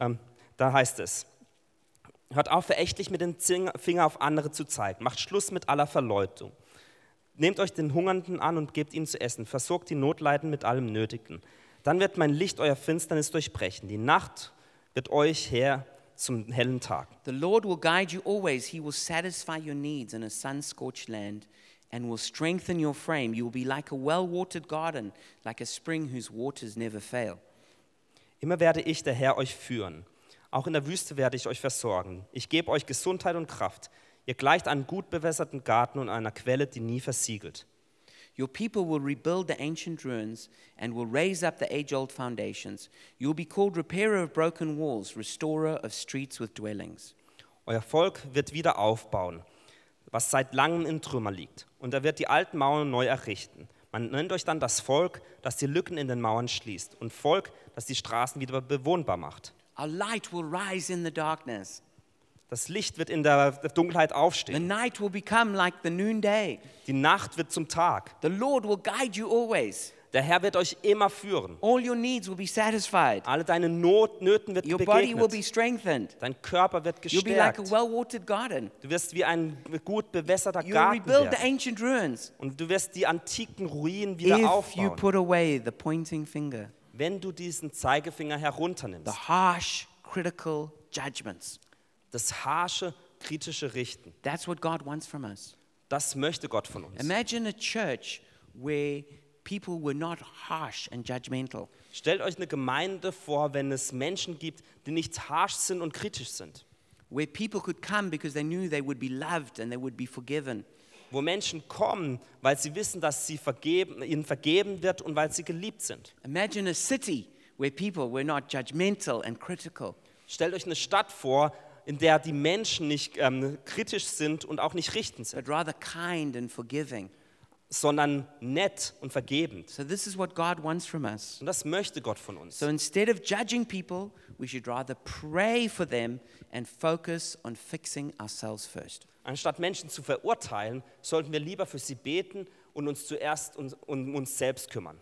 S2: Ähm, da heißt es, hört auf, verächtlich mit dem Zing- Finger auf andere zu zeigen. Macht Schluss mit aller Verleumdung. Nehmt euch den Hungernden an und gebt ihm zu essen. Versorgt die Notleiden mit allem Nötigen. Dann wird mein Licht euer Finsternis durchbrechen. Die Nacht wird euch her zum hellen Tag.
S1: The Lord will guide you always. He will satisfy your needs in a sun scorched land and will strengthen your frame. You will be like a well watered garden, like a spring whose waters never fail.
S2: Immer werde ich, der Herr, euch führen. Auch in der Wüste werde ich euch versorgen. Ich gebe euch Gesundheit und Kraft. Ihr gleicht einem gut bewässerten Garten und einer Quelle, die nie versiegelt.
S1: Your people will rebuild the ancient ruins and will raise up the age old foundations. You will be called repairer of broken walls, restorer of streets with dwellings.
S2: Euer Volk wird wieder aufbauen, was seit langem in Trümmer liegt. Und er wird die alten Mauern neu errichten. Man nennt euch dann das Volk, das die Lücken in den Mauern schließt. Und Volk, das die Straßen wieder bewohnbar macht.
S1: Our light will rise in the darkness.
S2: Das Licht wird in der Dunkelheit
S1: The
S2: aufstehen.
S1: night will become like the noonday.
S2: Die Nacht wird zum Tag.
S1: The Lord will guide you always.
S2: Der Herr wird euch immer führen.
S1: All your needs will be satisfied.
S2: Alle deine Not, Nöten wird dir
S1: Your body will be
S2: begegnet.
S1: strengthened.
S2: Dein Körper wird
S1: You'll be like a
S2: gestärkt.
S1: well watered garden.
S2: Du wirst wie ein gut bewässerter
S1: You'll
S2: Garten
S1: rebuild the
S2: werden.
S1: ancient ruins
S2: Und du wirst die antiken Ruinen wieder
S1: if you
S2: aufbauen,
S1: put away the pointing finger,
S2: wenn du diesen Zeigefinger
S1: the
S2: herunternimmst.
S1: harsh, critical judgments.
S2: Das harsche, kritische Richten.
S1: That's what God wants from us.
S2: Das möchte Gott von uns.
S1: Imagine a church where people were not harsh and judgmental.
S2: Stellt euch eine Gemeinde vor, wenn es Menschen gibt, die nicht harsch sind und kritisch sind.
S1: where people could come because they knew they would be loved and they would be forgiven.
S2: Wo Menschen kommen, weil sie wissen, dass sie vergeben, ihnen vergeben wird und weil sie geliebt sind.
S1: Imagine a city where people were not judgmental and critical.
S2: Stellt euch eine Stadt vor, in der die Menschen nicht ähm, kritisch sind und auch nicht richten sind,
S1: but rather kind and forgiving.
S2: sondern nett und vergebend.
S1: So, this is what God wants from us.
S2: Und das möchte Gott von uns.
S1: So, instead of judging people, we should rather pray for them and focus on fixing ourselves first.
S2: Anstatt Menschen zu verurteilen, sollten wir lieber für sie beten und uns zuerst um, um uns selbst kümmern.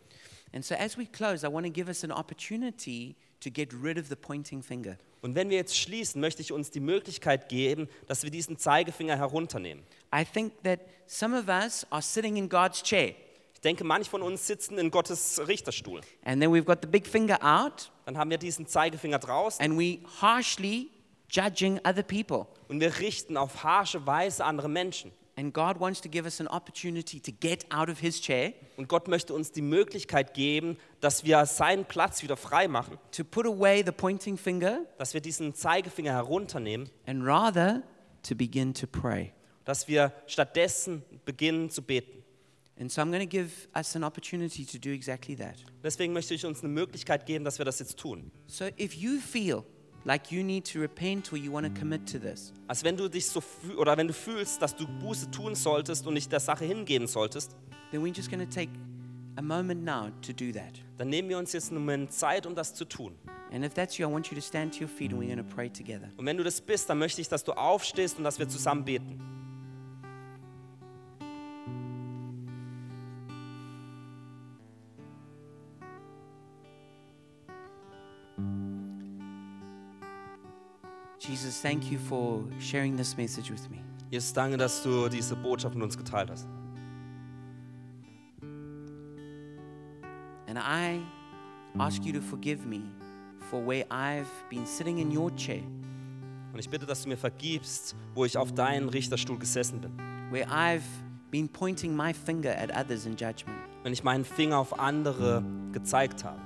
S1: And so, as we close, I want to give us an opportunity to get rid of the pointing finger.
S2: Und wenn wir jetzt schließen, möchte ich uns die Möglichkeit geben, dass wir diesen Zeigefinger herunternehmen.
S1: I think that some of us are sitting in God's chair,
S2: Ich denke, manche von uns sitzen in Gottes Richterstuhl.
S1: and then we've got the big finger out,
S2: Dann haben wir diesen Zeigefinger draußen
S1: and we harshly judging other people.
S2: und wir richten auf harsche Weise andere Menschen.
S1: And God wants to give us an opportunity to get out of his chair,
S2: Und Gott möchte uns die Möglichkeit geben, dass wir seinen Platz wieder frei machen,
S1: to put away the pointing finger,
S2: dass wir diesen Zeigefinger herunternehmen,
S1: and rather to begin to pray.
S2: dass wir stattdessen beginnen zu beten.
S1: And so I'm going to give us an opportunity to do exactly that.
S2: Deswegen möchte ich uns eine Möglichkeit geben, dass wir das jetzt tun.
S1: So if you feel like you need to repent or you want to commit to this,
S2: Als wenn du dich so fü- oder wenn du fühlst, dass du Buße tun solltest und dich der Sache hingeben solltest,
S1: then we're just going to take a moment now to do that.
S2: dann nehmen wir uns jetzt einen Moment Zeit, um das zu tun.
S1: And if that's you, I want you to stand to your feet and we're going to pray together.
S2: Und wenn du das bist, dann möchte ich, dass du aufstehst und dass wir zusammen beten.
S1: Jesus, thank you for sharing this message with me.
S2: Jesus, danke, dass du diese Botschaft mit uns geteilt hast.
S1: And I ask you to forgive me for where I've been sitting in your chair,
S2: Und ich bitte, dass du mir vergibst, wo ich auf deinen Richterstuhl gesessen bin.
S1: where I've been pointing my finger at others in judgment.
S2: Wenn ich meinen Finger auf andere gezeigt habe.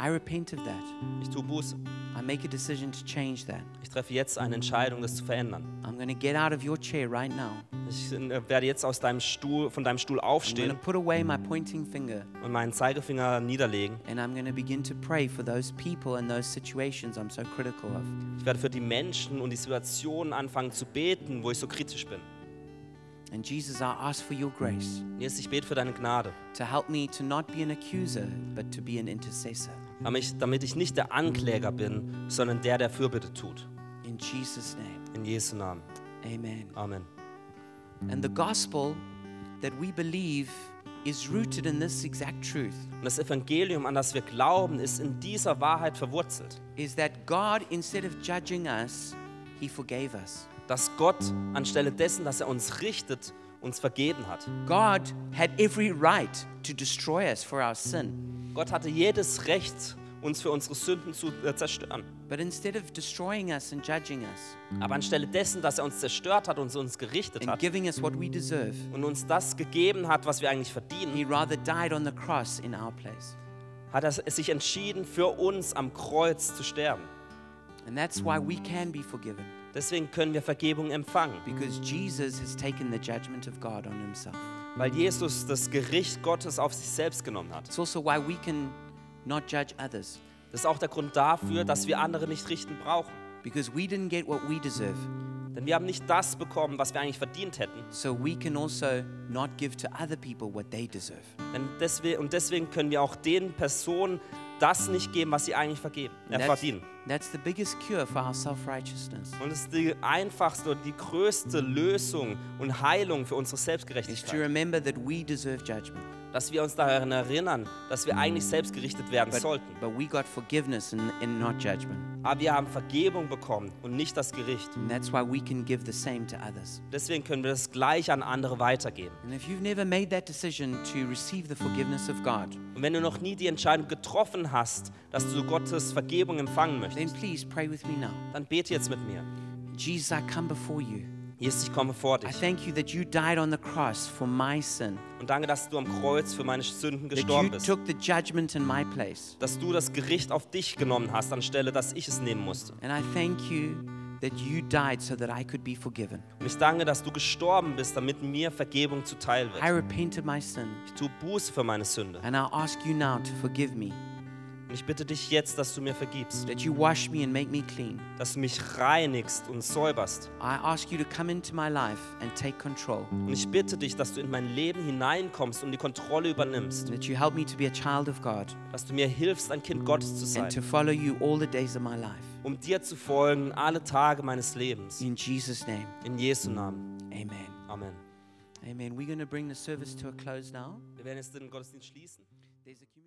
S1: I repent of that.
S2: Ich tue Buße.
S1: I make a decision to change that.
S2: Ich treffe jetzt eine Entscheidung, das zu verändern.
S1: I'm going to get out of your chair right now.
S2: Ich äh, werde jetzt aus deinem Stuhl, von deinem Stuhl
S1: I'm going to
S2: aufstehen
S1: put away my pointing finger
S2: und meinen Zeigefinger niederlegen.
S1: and I'm going to begin to pray for those people and those situations I'm so critical of.
S2: Ich werde für die Menschen und die Situationen anfangen zu beten, wo ich so kritisch bin.
S1: And Jesus, I ask for your grace
S2: Und Jesus, ich bete für deine Gnade,
S1: to help me to not be an accuser, but to be an intercessor.
S2: damit ich- damit ich nicht der Ankläger bin, sondern der, der Fürbitte tut.
S1: In Jesus' name,
S2: In Jesu Namen.
S1: amen.
S2: Amen.
S1: And the gospel that we believe is rooted in this exact truth
S2: Und das Evangelium, an das wir glauben, ist in dieser Wahrheit verwurzelt,
S1: is that God, instead of judging us, He forgave us.
S2: dass Gott anstelle dessen, dass er uns richtet, uns vergeben hat.
S1: God had every right to destroy us for our sin,
S2: Gott hatte jedes Recht, uns für unsere Sünden zu äh, zerstören.
S1: but instead of destroying us and judging us
S2: Aber anstelle dessen, dass er uns zerstört hat und uns gerichtet
S1: and
S2: hat
S1: giving us what we deserve,
S2: und uns das gegeben hat, was wir eigentlich verdienen,
S1: He rather died on the cross in our place.
S2: hat er sich entschieden, für uns am Kreuz zu sterben.
S1: And that's why we can be forgiven,
S2: Deswegen können wir Vergebung empfangen,
S1: because Jesus has taken the judgment of God on Himself.
S2: weil Jesus das Gericht Gottes auf sich selbst genommen hat.
S1: It's also why we can not judge others,
S2: Das ist auch der Grund dafür, dass wir andere nicht richten brauchen.
S1: because we didn't get what we deserve.
S2: Denn wir haben nicht das bekommen, was wir eigentlich verdient hätten.
S1: so we can also not give to other people what they deserve.
S2: Denn deswegen, und deswegen können wir auch den Personen das nicht geben, was sie eigentlich vergeben, äh,
S1: And that's,
S2: verdienen.
S1: that's the biggest cure for our self righteousness
S2: Und es ist die einfachste und die größte Lösung und Heilung für unsere
S1: is to
S2: Selbstgerechtigkeit.
S1: remember that we deserve judgment.
S2: dass wir uns daran erinnern, dass wir eigentlich selbst gerichtet werden
S1: But,
S2: sollten.
S1: but we got forgiveness and, and not judgment.
S2: Aber wir haben Vergebung bekommen und nicht das Gericht.
S1: And that's why we can give the same to others.
S2: Deswegen können wir das gleich an andere weitergeben.
S1: And if you've never made that decision to receive the forgiveness of God,
S2: Und wenn du noch nie die Entscheidung getroffen hast, dass du Gottes Vergebung empfangen
S1: then
S2: möchtest,
S1: please pray with me now.
S2: dann bete jetzt mit mir.
S1: Jesus, I come before you.
S2: Jesus, ich komme vor
S1: I
S2: dich
S1: thank you that you died on the cross for my sin,
S2: und danke, dass du am Kreuz für meine Sünden
S1: that
S2: gestorben
S1: you
S2: bist.
S1: took the judgment in my place.
S2: Dass du das Gericht auf dich genommen hast, anstelle, dass ich es nehmen musste.
S1: And I thank you that you died so that I could be forgiven.
S2: Und ich danke, dass du gestorben bist, damit mir Vergebung zuteil
S1: I
S2: wird.
S1: repent of my sin,
S2: Ich tue Buße für meine Sünde.
S1: and I ask you now to forgive me,
S2: Und ich bitte dich jetzt, dass du mir vergibst,
S1: that you wash me and make me clean.
S2: dass du mich reinigst und säuberst.
S1: I ask you to come into my life and take control,
S2: Und ich bitte dich, dass du in mein Leben hineinkommst und die Kontrolle übernimmst.
S1: that you help me to be a child of God
S2: Dass du mir hilfst, ein Kind Gottes zu
S1: and to
S2: sein,
S1: follow you all the days of my life.
S2: um dir zu folgen alle Tage meines Lebens.
S1: In Jesus' name,
S2: In Jesu Namen.
S1: amen.
S2: Amen.
S1: Amen. We're going to bring the service to a close now.
S2: Wir werden jetzt den Gottesdienst schließen.
S1: There's a commu-